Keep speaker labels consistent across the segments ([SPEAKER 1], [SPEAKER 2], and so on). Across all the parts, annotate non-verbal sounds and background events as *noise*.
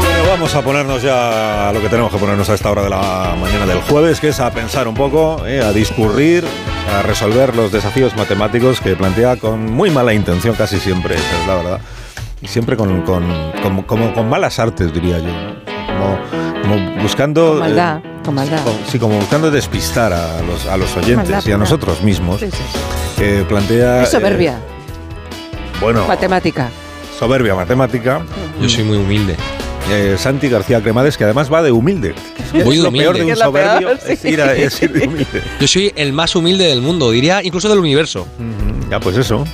[SPEAKER 1] Bueno, vamos a ponernos ya a lo que tenemos que ponernos a esta hora de la mañana del jueves, que es a pensar un poco, eh, a discurrir, a resolver los desafíos matemáticos que plantea con muy mala intención casi siempre, esa es la verdad. Y siempre con, con- como- como con malas artes, diría yo. ¿no? Como, como buscando...
[SPEAKER 2] Con maldad,
[SPEAKER 1] eh,
[SPEAKER 2] con maldad.
[SPEAKER 1] con- sí, como buscando despistar a los, a los oyentes
[SPEAKER 2] Maldad
[SPEAKER 1] y a
[SPEAKER 2] pura.
[SPEAKER 1] nosotros mismos.
[SPEAKER 2] Sí, sí, sí.
[SPEAKER 1] que
[SPEAKER 3] Ah,
[SPEAKER 1] plantea...
[SPEAKER 2] Es soberbia,
[SPEAKER 1] eh, bueno,
[SPEAKER 2] matemática.
[SPEAKER 1] soberbia matemática.
[SPEAKER 3] Yo soy muy humilde.
[SPEAKER 1] Eh, Santi García Cremades, que además va de humilde.
[SPEAKER 3] Voy de
[SPEAKER 1] lo
[SPEAKER 3] humilde.
[SPEAKER 1] peor de un
[SPEAKER 2] Es la peor,
[SPEAKER 1] soberbio es
[SPEAKER 2] sí.
[SPEAKER 1] ir, a- es ir de humilde.
[SPEAKER 3] Yo soy el más humilde del mundo, diría incluso del universo.
[SPEAKER 1] Ujú. Ya, pues eso.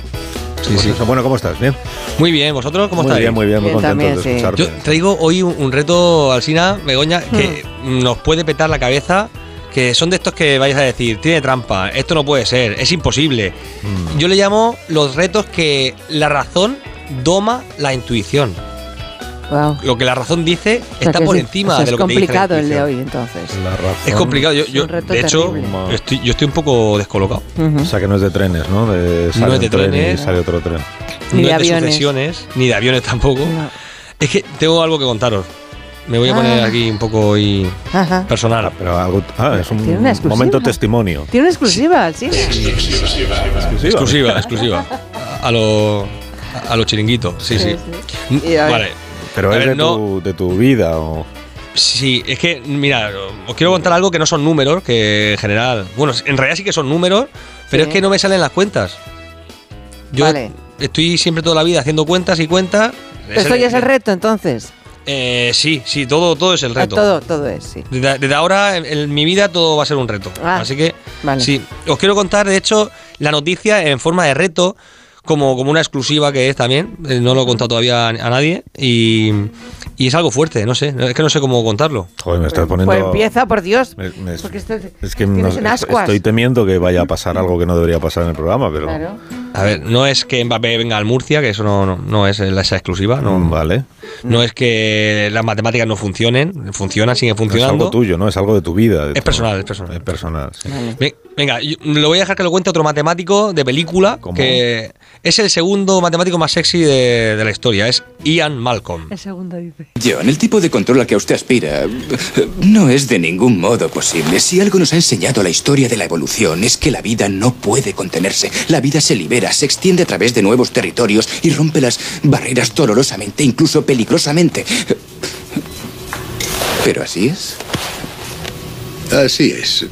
[SPEAKER 3] Sí,
[SPEAKER 1] Pues
[SPEAKER 3] sí.
[SPEAKER 1] eso. Bueno, ¿cómo estás? ¿Bien?
[SPEAKER 3] Muy bien, ¿vosotros cómo
[SPEAKER 1] muy
[SPEAKER 3] estáis?
[SPEAKER 1] bien, muy bien, muy
[SPEAKER 2] Bien,
[SPEAKER 1] contento
[SPEAKER 2] también, sí.
[SPEAKER 1] de escucharte.
[SPEAKER 3] Yo traigo hoy un, un reto, Alsina, Begoña,
[SPEAKER 2] Mm.
[SPEAKER 3] que nos puede petar la cabeza. Que son de estos que vais a decir, tiene trampa, esto no puede ser, es imposible.
[SPEAKER 1] Mm.
[SPEAKER 3] Yo le llamo los retos que la razón doma la intuición.
[SPEAKER 2] Wow.
[SPEAKER 3] Lo que la razón dice
[SPEAKER 2] O sea,
[SPEAKER 3] está
[SPEAKER 2] que
[SPEAKER 3] por
[SPEAKER 2] es-
[SPEAKER 3] encima
[SPEAKER 2] o sea, es
[SPEAKER 3] de lo que te dice la
[SPEAKER 2] complicado el de
[SPEAKER 3] intuición.
[SPEAKER 2] hoy, entonces.
[SPEAKER 1] La razón-
[SPEAKER 3] Es complicado, yo, yo-
[SPEAKER 2] un reto
[SPEAKER 3] de hecho,
[SPEAKER 2] terrible.
[SPEAKER 3] yo estoy, yo estoy un poco descolocado.
[SPEAKER 2] Ujú.
[SPEAKER 1] O sea, que no es de trenes, ¿no? De, sale
[SPEAKER 3] No es de
[SPEAKER 1] un tren
[SPEAKER 3] trenes.
[SPEAKER 1] Y sale otro tren.
[SPEAKER 2] Ni
[SPEAKER 3] no
[SPEAKER 2] de
[SPEAKER 3] es
[SPEAKER 2] aviones.
[SPEAKER 3] sucesiones, ni de aviones tampoco.
[SPEAKER 2] No.
[SPEAKER 3] Es que tengo algo que contaros. Me voy a poner
[SPEAKER 2] Ah.
[SPEAKER 3] aquí un poco hoy
[SPEAKER 2] Ajá.
[SPEAKER 3] personal.
[SPEAKER 1] Ah, pero algo- ah, es
[SPEAKER 2] Tiene
[SPEAKER 1] un
[SPEAKER 2] una exclusiva.
[SPEAKER 1] momento testimonio.
[SPEAKER 2] Tiene una exclusiva, sí.
[SPEAKER 3] Exclusiva, exclusiva. A los a los chiringuitos. Sí, sí.
[SPEAKER 2] Y a ver.
[SPEAKER 3] Vale.
[SPEAKER 1] Pero
[SPEAKER 3] A
[SPEAKER 1] es
[SPEAKER 3] ver,
[SPEAKER 1] de,
[SPEAKER 3] no-
[SPEAKER 1] tu, de tu vida. O...
[SPEAKER 3] Sí, es que, mira, os quiero contar algo que no son números, que en general. Bueno, en realidad sí que son números, pero
[SPEAKER 2] Sí.
[SPEAKER 3] es que no me salen las cuentas. Yo
[SPEAKER 2] Vale.
[SPEAKER 3] estoy siempre toda la vida haciendo cuentas y cuentas.
[SPEAKER 2] Pero esto ya es el reto, entonces.
[SPEAKER 3] Eh, sí, sí, todo, todo es el
[SPEAKER 2] Ah,
[SPEAKER 3] reto.
[SPEAKER 2] Todo, todo es, sí.
[SPEAKER 3] Desde, desde ahora, en, en mi vida, todo va a ser un reto.
[SPEAKER 2] Ah,
[SPEAKER 3] Así que,
[SPEAKER 2] vale.
[SPEAKER 3] sí, os quiero contar, de hecho, la noticia en forma de reto, como, como una exclusiva que es también. Eh, No lo he contado todavía a, a nadie. Y, y es algo fuerte, no sé. Es que no sé cómo contarlo.
[SPEAKER 1] Joder, me estás
[SPEAKER 2] Pues
[SPEAKER 1] poniendo...
[SPEAKER 2] empieza, por Dios.
[SPEAKER 1] Me- me-
[SPEAKER 2] Porque esto-
[SPEAKER 1] es que
[SPEAKER 2] tienes
[SPEAKER 1] no-
[SPEAKER 2] en ascuas.
[SPEAKER 1] estoy temiendo que vaya a pasar algo que no debería pasar en el programa, pero...
[SPEAKER 2] Claro.
[SPEAKER 3] A ver, no es que Mbappé venga al Murcia, que eso no, no, no es la- esa exclusiva. No,
[SPEAKER 1] Mm, vale.
[SPEAKER 3] no es que las matemáticas no funcionen, funcionan, siguen
[SPEAKER 1] No es
[SPEAKER 3] funcionando.
[SPEAKER 1] algo tuyo, ¿no? Es algo de tu vida. de
[SPEAKER 3] Es
[SPEAKER 1] tu-
[SPEAKER 3] personal, es personal.
[SPEAKER 1] Es personal, sí.
[SPEAKER 2] Vale.
[SPEAKER 3] Ve- Venga, yo- lo voy a dejar que lo cuente otro matemático de película
[SPEAKER 1] ¿Cómo?
[SPEAKER 3] que es el segundo matemático más sexy de, de la historia. Es Ian Malcolm.
[SPEAKER 2] El segundo dice.
[SPEAKER 4] John, el tipo de control al que usted aspira eh, no es de ningún modo posible. Si algo nos ha enseñado la historia de la evolución es que la vida no puede contenerse. La vida se libera, se extiende a través de nuevos territorios y rompe las barreras dolorosamente, incluso peligrosamente. Pero así es.
[SPEAKER 5] Así es.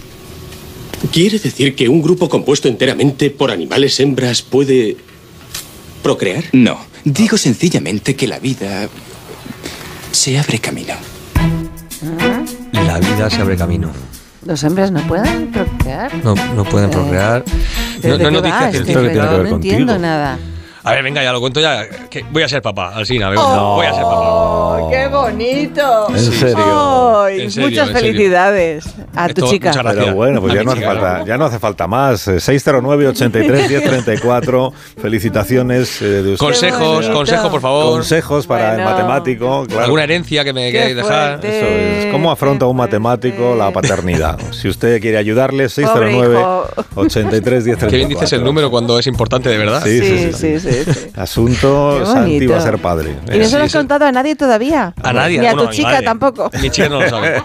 [SPEAKER 6] ¿Quiere decir que un grupo compuesto enteramente por animales hembras puede procrear?
[SPEAKER 4] No, digo sencillamente que la vida se abre camino.
[SPEAKER 3] La vida se abre camino.
[SPEAKER 2] ¿Los hombres no pueden procrear?
[SPEAKER 3] No, no pueden
[SPEAKER 2] Eh,
[SPEAKER 3] procrear.
[SPEAKER 2] ¿De- de
[SPEAKER 3] No, no
[SPEAKER 2] qué
[SPEAKER 3] hay noticias
[SPEAKER 2] va
[SPEAKER 3] que
[SPEAKER 2] este
[SPEAKER 3] tengan que
[SPEAKER 1] tiene que ver
[SPEAKER 2] reloj? No
[SPEAKER 1] contigo.
[SPEAKER 2] entiendo nada.
[SPEAKER 3] A ver, venga, ya lo cuento ya. que voy a ser papá, Alsina. venga, Pues Voy a ser papá.
[SPEAKER 2] ¡Oh, qué bonito!
[SPEAKER 1] ¿En serio?
[SPEAKER 2] ¡Ay,
[SPEAKER 3] En serio,
[SPEAKER 2] muchas
[SPEAKER 3] en serio.
[SPEAKER 2] felicidades a tu
[SPEAKER 3] Esto-
[SPEAKER 2] chica.
[SPEAKER 3] muchas
[SPEAKER 1] Pero
[SPEAKER 3] Gracias.
[SPEAKER 1] bueno, pues
[SPEAKER 3] A
[SPEAKER 1] ya
[SPEAKER 3] mi
[SPEAKER 1] no, hace
[SPEAKER 3] chica,
[SPEAKER 1] falta,
[SPEAKER 3] ¿no?
[SPEAKER 1] ya no hace falta más. Eh, 609-83-1034. Felicitaciones eh, de ustedes.
[SPEAKER 3] Consejos,
[SPEAKER 2] bonito.
[SPEAKER 3] consejos, por favor.
[SPEAKER 1] Consejos para el
[SPEAKER 2] Bueno.
[SPEAKER 1] matemático. Claro.
[SPEAKER 3] Alguna herencia que me
[SPEAKER 2] Qué
[SPEAKER 3] queráis dejar.
[SPEAKER 2] fuerte.
[SPEAKER 1] Eso es. ¿Cómo afronta un matemático la paternidad? Si usted quiere ayudarle,
[SPEAKER 2] hijo.
[SPEAKER 1] 609-83-1034.
[SPEAKER 3] Qué bien dices el número cuando es importante de verdad.
[SPEAKER 1] Sí, sí, sí.
[SPEAKER 2] sí, sí, sí.
[SPEAKER 3] *laughs*
[SPEAKER 1] Asunto,
[SPEAKER 2] Qué
[SPEAKER 1] Santi
[SPEAKER 2] bonito.
[SPEAKER 1] va a ser padre.
[SPEAKER 2] Y no se lo
[SPEAKER 3] sí,
[SPEAKER 2] has
[SPEAKER 3] sí.
[SPEAKER 2] contado a nadie todavía.
[SPEAKER 3] A nadie.
[SPEAKER 2] Ni a
[SPEAKER 3] bueno,
[SPEAKER 2] tu chica
[SPEAKER 3] madre.
[SPEAKER 2] tampoco.
[SPEAKER 3] Mi chica no lo
[SPEAKER 2] *laughs*
[SPEAKER 3] sabe.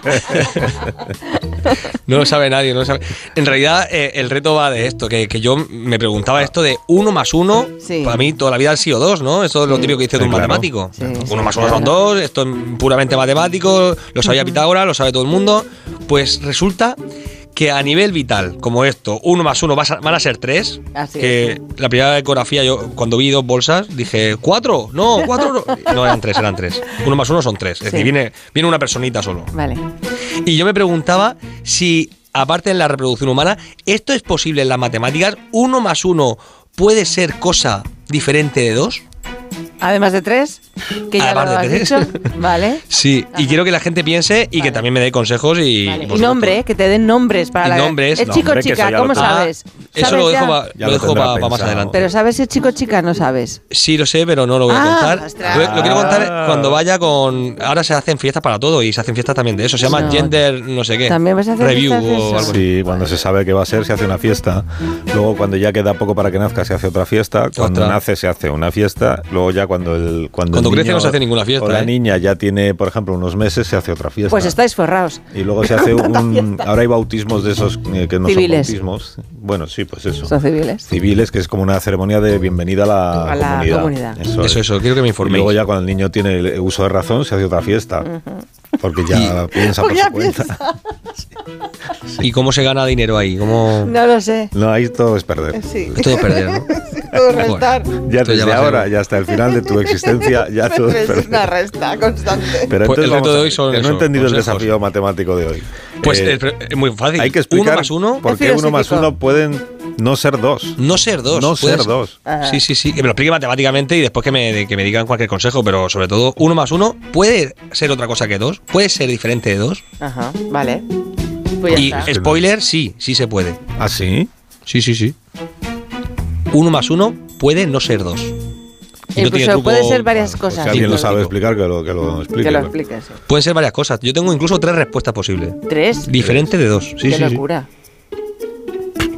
[SPEAKER 3] no lo sabe nadie, no lo sabe. En realidad, eh, el reto va de esto, que, que yo me preguntaba esto de uno más uno.
[SPEAKER 2] Sí.
[SPEAKER 3] Para mí toda la vida han sido dos, ¿no? Eso es lo típico que dice de
[SPEAKER 1] Sí,
[SPEAKER 3] un
[SPEAKER 1] claro.
[SPEAKER 3] matemático.
[SPEAKER 2] Sí,
[SPEAKER 3] uno
[SPEAKER 2] sí,
[SPEAKER 3] más uno son
[SPEAKER 2] claro.
[SPEAKER 3] dos, esto es puramente matemático, lo sabía Pitágoras, lo sabe todo el mundo. Pues resulta que a nivel vital, como esto, uno más uno vas a- van a ser tres.
[SPEAKER 2] Así
[SPEAKER 3] que
[SPEAKER 2] es.
[SPEAKER 3] la primera ecografía, yo cuando vi dos bolsas, dije, ¿cuatro? No, cuatro.
[SPEAKER 2] *laughs*
[SPEAKER 3] No, no eran tres, eran tres. Uno más uno son tres.
[SPEAKER 2] Sí.
[SPEAKER 3] Es decir, viene, viene una personita solo.
[SPEAKER 2] Vale.
[SPEAKER 3] Y yo me preguntaba si, aparte de la reproducción humana, esto es posible en las matemáticas. Uno más uno puede ser cosa diferente de dos.
[SPEAKER 2] Además de tres, que ya lo
[SPEAKER 3] Además de
[SPEAKER 2] has dicho.
[SPEAKER 3] tres. *laughs*
[SPEAKER 2] Vale.
[SPEAKER 3] Sí, y quiero que la gente piense y que
[SPEAKER 2] Vale.
[SPEAKER 3] también me dé consejos y.
[SPEAKER 2] Vale. Y
[SPEAKER 3] vosotros.
[SPEAKER 2] nombre, eh, que te den nombres para
[SPEAKER 3] Y
[SPEAKER 2] la
[SPEAKER 3] nombres,
[SPEAKER 2] Es
[SPEAKER 3] no,
[SPEAKER 2] chico
[SPEAKER 1] hombre, que eso
[SPEAKER 2] chica,
[SPEAKER 1] ya
[SPEAKER 2] ¿cómo
[SPEAKER 1] lo tengo.
[SPEAKER 2] sabes?
[SPEAKER 3] Ah, Eso
[SPEAKER 2] ¿Sabes
[SPEAKER 3] lo
[SPEAKER 2] ya?
[SPEAKER 3] dejo, pa-
[SPEAKER 1] Ya
[SPEAKER 3] lo
[SPEAKER 1] lo
[SPEAKER 3] dejo
[SPEAKER 1] tendrá
[SPEAKER 3] pa- pa más
[SPEAKER 1] pensado.
[SPEAKER 3] adelante.
[SPEAKER 2] Pero sabes si es chico chica, no sabes.
[SPEAKER 3] Sí, lo sé, pero no lo voy a
[SPEAKER 2] Ah,
[SPEAKER 3] contar.
[SPEAKER 2] ostras.
[SPEAKER 3] Lo, lo quiero
[SPEAKER 1] Ah.
[SPEAKER 3] contar cuando vaya con. Ahora se hacen fiestas para todo y se hacen fiestas también de eso. Se llama
[SPEAKER 2] No.
[SPEAKER 3] Gender, no sé qué.
[SPEAKER 2] ¿También vas a hacer
[SPEAKER 3] Review
[SPEAKER 2] fiestas de
[SPEAKER 3] o
[SPEAKER 2] eso?
[SPEAKER 3] algo así.
[SPEAKER 1] Sí, cuando se sabe que va a ser, se hace una fiesta. Luego, cuando ya queda poco para que nazca, se hace otra fiesta. Cuando
[SPEAKER 3] Otra.
[SPEAKER 1] nace, se hace una fiesta. Luego, ya cuando el. Cuando,
[SPEAKER 3] Cuando
[SPEAKER 1] el
[SPEAKER 3] crece
[SPEAKER 1] niño
[SPEAKER 3] no se hace ninguna fiesta,
[SPEAKER 1] O la
[SPEAKER 3] ¿eh?
[SPEAKER 1] niña ya tiene, por ejemplo, unos meses, se hace otra fiesta.
[SPEAKER 2] Pues estáis forrados.
[SPEAKER 1] Y luego se
[SPEAKER 2] *laughs*
[SPEAKER 1] hace un. Ahora hay bautismos de esos eh, que no
[SPEAKER 2] Civiles.
[SPEAKER 1] son bautismos. Bueno, sí, pues eso.
[SPEAKER 2] Son civiles.
[SPEAKER 1] Civiles, que es como una ceremonia de bienvenida a la,
[SPEAKER 2] A la comunidad.
[SPEAKER 1] Eso,
[SPEAKER 3] Eso,
[SPEAKER 1] es.
[SPEAKER 3] eso, quiero que me
[SPEAKER 1] Y
[SPEAKER 3] informéis.
[SPEAKER 1] luego ya cuando el niño tiene el uso de razón se hace otra fiesta. Porque ya piensa por
[SPEAKER 2] Porque
[SPEAKER 1] su
[SPEAKER 2] ya
[SPEAKER 1] cuenta.
[SPEAKER 3] ¿Y cómo se gana dinero ahí? ¿Cómo.?
[SPEAKER 2] No lo sé.
[SPEAKER 1] *laughs* No, ahí todo es perder.
[SPEAKER 2] Sí.
[SPEAKER 3] Es todo perder,
[SPEAKER 1] *laughs*
[SPEAKER 3] ¿no?
[SPEAKER 2] Todo
[SPEAKER 3] Bueno.
[SPEAKER 2] restar.
[SPEAKER 1] Ya
[SPEAKER 3] Esto
[SPEAKER 1] desde
[SPEAKER 3] ya va a ser
[SPEAKER 1] ahora
[SPEAKER 3] un-
[SPEAKER 1] y hasta el final de tu existencia
[SPEAKER 2] *laughs*
[SPEAKER 1] ya todo es
[SPEAKER 2] es una
[SPEAKER 1] perder.
[SPEAKER 2] resta constante.
[SPEAKER 1] Pero
[SPEAKER 3] Pues
[SPEAKER 1] entonces
[SPEAKER 3] el reto
[SPEAKER 1] vamos
[SPEAKER 3] de
[SPEAKER 1] a-
[SPEAKER 3] hoy son
[SPEAKER 1] que no he
[SPEAKER 3] eso,
[SPEAKER 1] entendido el
[SPEAKER 3] consejos.
[SPEAKER 1] desafío matemático de hoy.
[SPEAKER 3] Pues
[SPEAKER 1] Eh,
[SPEAKER 3] el pre- es muy fácil.
[SPEAKER 1] hay que explicar
[SPEAKER 3] Uno más uno. Mm.
[SPEAKER 1] por
[SPEAKER 2] Es
[SPEAKER 1] qué uno más
[SPEAKER 2] filosófico.
[SPEAKER 1] uno pueden no ser dos.
[SPEAKER 3] No ser dos.
[SPEAKER 1] No
[SPEAKER 3] puede
[SPEAKER 1] ser dos.
[SPEAKER 2] Ah.
[SPEAKER 3] Sí, sí, sí. Que me lo explique matemáticamente y después que me, de- que me digan cualquier consejo, pero sobre todo, uno más uno puede ser otra cosa que dos, puede ser diferente de dos.
[SPEAKER 2] Ajá, vale. Pues ya
[SPEAKER 3] y eh,
[SPEAKER 2] está.
[SPEAKER 1] que no.
[SPEAKER 3] spoiler, sí, sí se puede.
[SPEAKER 1] ¿Ah, sí?
[SPEAKER 3] Sí, sí, sí. Uno más uno puede no ser dos. Y no tiene
[SPEAKER 2] Incluso
[SPEAKER 3] truco-
[SPEAKER 2] Eh, pues puede ser varias
[SPEAKER 3] Claro,
[SPEAKER 1] Pues
[SPEAKER 2] cosas.
[SPEAKER 1] si alguien lo
[SPEAKER 3] Filosófico.
[SPEAKER 1] sabe explicar, que lo, que lo explique.
[SPEAKER 2] Que lo
[SPEAKER 1] claro.
[SPEAKER 2] expliques. sí.
[SPEAKER 3] Pueden ser varias cosas. Yo tengo incluso tres respuestas posibles.
[SPEAKER 2] Tres.
[SPEAKER 3] Diferente de dos. Sí,
[SPEAKER 2] Qué
[SPEAKER 3] sí, sí.
[SPEAKER 2] locura.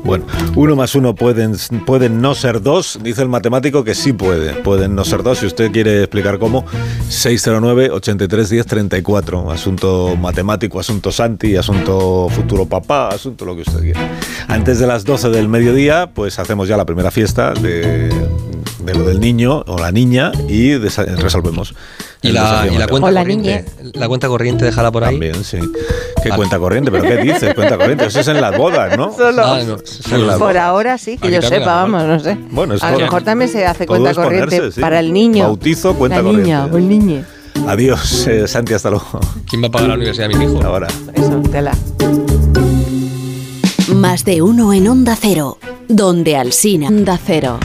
[SPEAKER 1] Bueno, uno más uno pueden, pueden no ser dos, dice el matemático que sí puede, pueden no ser dos. Si usted quiere explicar cómo, 609-8310-34, asunto matemático, asunto Santi, asunto futuro papá, asunto lo que usted quiera. Antes de las 12 del mediodía, pues hacemos ya la primera fiesta de, de lo del niño o la niña y desa- resolvemos.
[SPEAKER 3] Y
[SPEAKER 1] el
[SPEAKER 3] la,
[SPEAKER 1] desafío
[SPEAKER 3] y la
[SPEAKER 1] matemático.
[SPEAKER 3] cuenta
[SPEAKER 2] O la
[SPEAKER 3] corriente. La cuenta corriente, déjala por ahí. Ah.
[SPEAKER 1] También, sí. ¿Qué
[SPEAKER 3] Vale.
[SPEAKER 1] cuenta corriente? ¿Pero qué dices? Cuenta corriente. Eso es en las bodas, ¿no?
[SPEAKER 2] Solo.
[SPEAKER 3] Ah, no.
[SPEAKER 1] Esa es la-
[SPEAKER 2] Por ahora sí, que
[SPEAKER 3] Aquí
[SPEAKER 2] yo
[SPEAKER 3] también
[SPEAKER 2] sepa,
[SPEAKER 3] la
[SPEAKER 2] vamos,
[SPEAKER 3] mejor.
[SPEAKER 2] no sé.
[SPEAKER 1] Bueno, es
[SPEAKER 2] a lo
[SPEAKER 1] todo.
[SPEAKER 2] mejor también se hace
[SPEAKER 1] Todo
[SPEAKER 2] cuenta
[SPEAKER 1] es ponerse,
[SPEAKER 2] corriente
[SPEAKER 1] sí.
[SPEAKER 2] para el niño.
[SPEAKER 1] Bautizo, cuenta
[SPEAKER 2] la niña
[SPEAKER 1] corriente.
[SPEAKER 2] o el niño.
[SPEAKER 1] Adiós, eh, Santi, hasta luego.
[SPEAKER 3] ¿Quién va a pagar la universidad de mi hijo?
[SPEAKER 1] Ahora.
[SPEAKER 2] Eso, tela.
[SPEAKER 7] Más de uno en Onda Cero, donde Alsina. Onda Cero.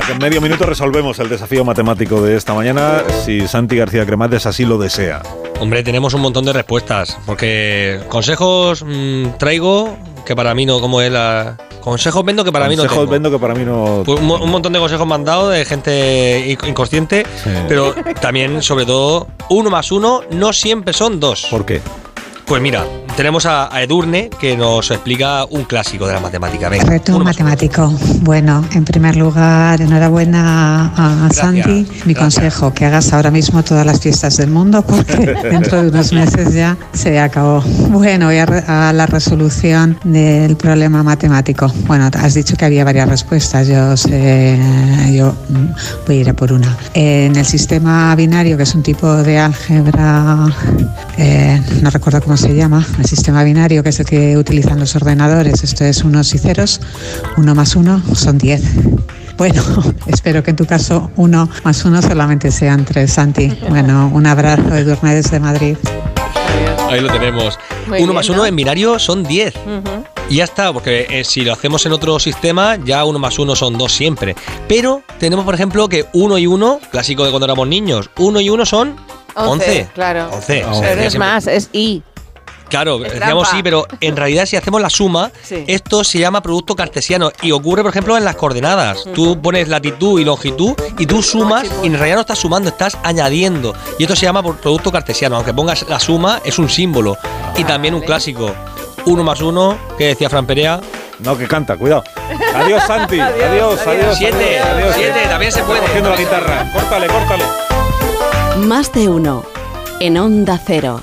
[SPEAKER 1] Ya que En medio minuto resolvemos el desafío matemático de esta mañana, si Santi García Cremates así lo desea.
[SPEAKER 3] Hombre, tenemos un montón de respuestas. Porque consejos mm, traigo que para mí no, como es la. Consejos vendo que para mí no
[SPEAKER 1] Consejos
[SPEAKER 3] tengo.
[SPEAKER 1] vendo que para mí no...
[SPEAKER 3] Pues un, mo- un montón de consejos me han dado de gente inc- inconsciente,
[SPEAKER 1] Sí.
[SPEAKER 3] pero también, sobre todo, uno más uno no siempre son dos.
[SPEAKER 1] ¿Por qué?
[SPEAKER 3] Pues mira, tenemos a, a Edurne que nos explica un clásico de la matemática. Venga,
[SPEAKER 8] Reto
[SPEAKER 3] uno más uno.
[SPEAKER 8] matemático. Bueno, en primer lugar, enhorabuena a
[SPEAKER 3] Gracias,
[SPEAKER 8] Santi. Mi
[SPEAKER 3] gracias.
[SPEAKER 8] consejo, que hagas ahora mismo todas las fiestas del mundo
[SPEAKER 3] *laughs*
[SPEAKER 8] porque dentro de unos meses ya se acabó. Bueno, y a, re- a la resolución del problema matemático. Bueno, has dicho que había varias respuestas. Yo, sé- yo mm, voy a ir a por una. En el sistema binario, que es un tipo de álgebra, eh, no recuerdo cómo se llama, el sistema binario, que es el que utilizan los ordenadores, esto es unos y ceros, uno más uno son 10. Bueno, *laughs* espero que en tu caso uno más uno solamente sean tres, Santi. Bueno, un abrazo, Edurne desde Madrid.
[SPEAKER 3] Ahí lo tenemos.
[SPEAKER 2] Muy
[SPEAKER 3] uno
[SPEAKER 2] bien,
[SPEAKER 3] más uno
[SPEAKER 2] ¿no?
[SPEAKER 3] en binario son 10.
[SPEAKER 2] Ujú.
[SPEAKER 3] Y ya está, porque eh, si lo hacemos en otro sistema, ya uno más uno son dos siempre. Pero tenemos, por ejemplo, que uno y uno, clásico de cuando éramos niños, uno y uno son
[SPEAKER 2] Once,
[SPEAKER 3] 11.
[SPEAKER 2] claro.
[SPEAKER 3] 11.
[SPEAKER 1] Pero
[SPEAKER 2] Pero es más, es I.
[SPEAKER 3] Claro,
[SPEAKER 2] Es
[SPEAKER 3] decíamos
[SPEAKER 2] trampa.
[SPEAKER 3] sí, pero en realidad si hacemos la suma,
[SPEAKER 2] Sí.
[SPEAKER 3] esto se llama producto cartesiano y ocurre, por ejemplo, en las coordenadas. Tú pones latitud y longitud y tú sumas y en realidad no estás sumando, estás añadiendo. Y esto se llama por- producto cartesiano. Aunque pongas la suma, es un símbolo. Y también un
[SPEAKER 2] Ah, Vale.
[SPEAKER 3] clásico. Uno más uno, que decía Fran Perea.
[SPEAKER 1] No, que canta, cuidado. Adiós,
[SPEAKER 2] *laughs*
[SPEAKER 1] Santi. adiós, adiós, adiós.
[SPEAKER 3] Siete,
[SPEAKER 1] adiós.
[SPEAKER 3] siete, también se puede.
[SPEAKER 1] Cogiendo la guitarra. Córtale, córtale.
[SPEAKER 7] Más de uno en Onda Cero.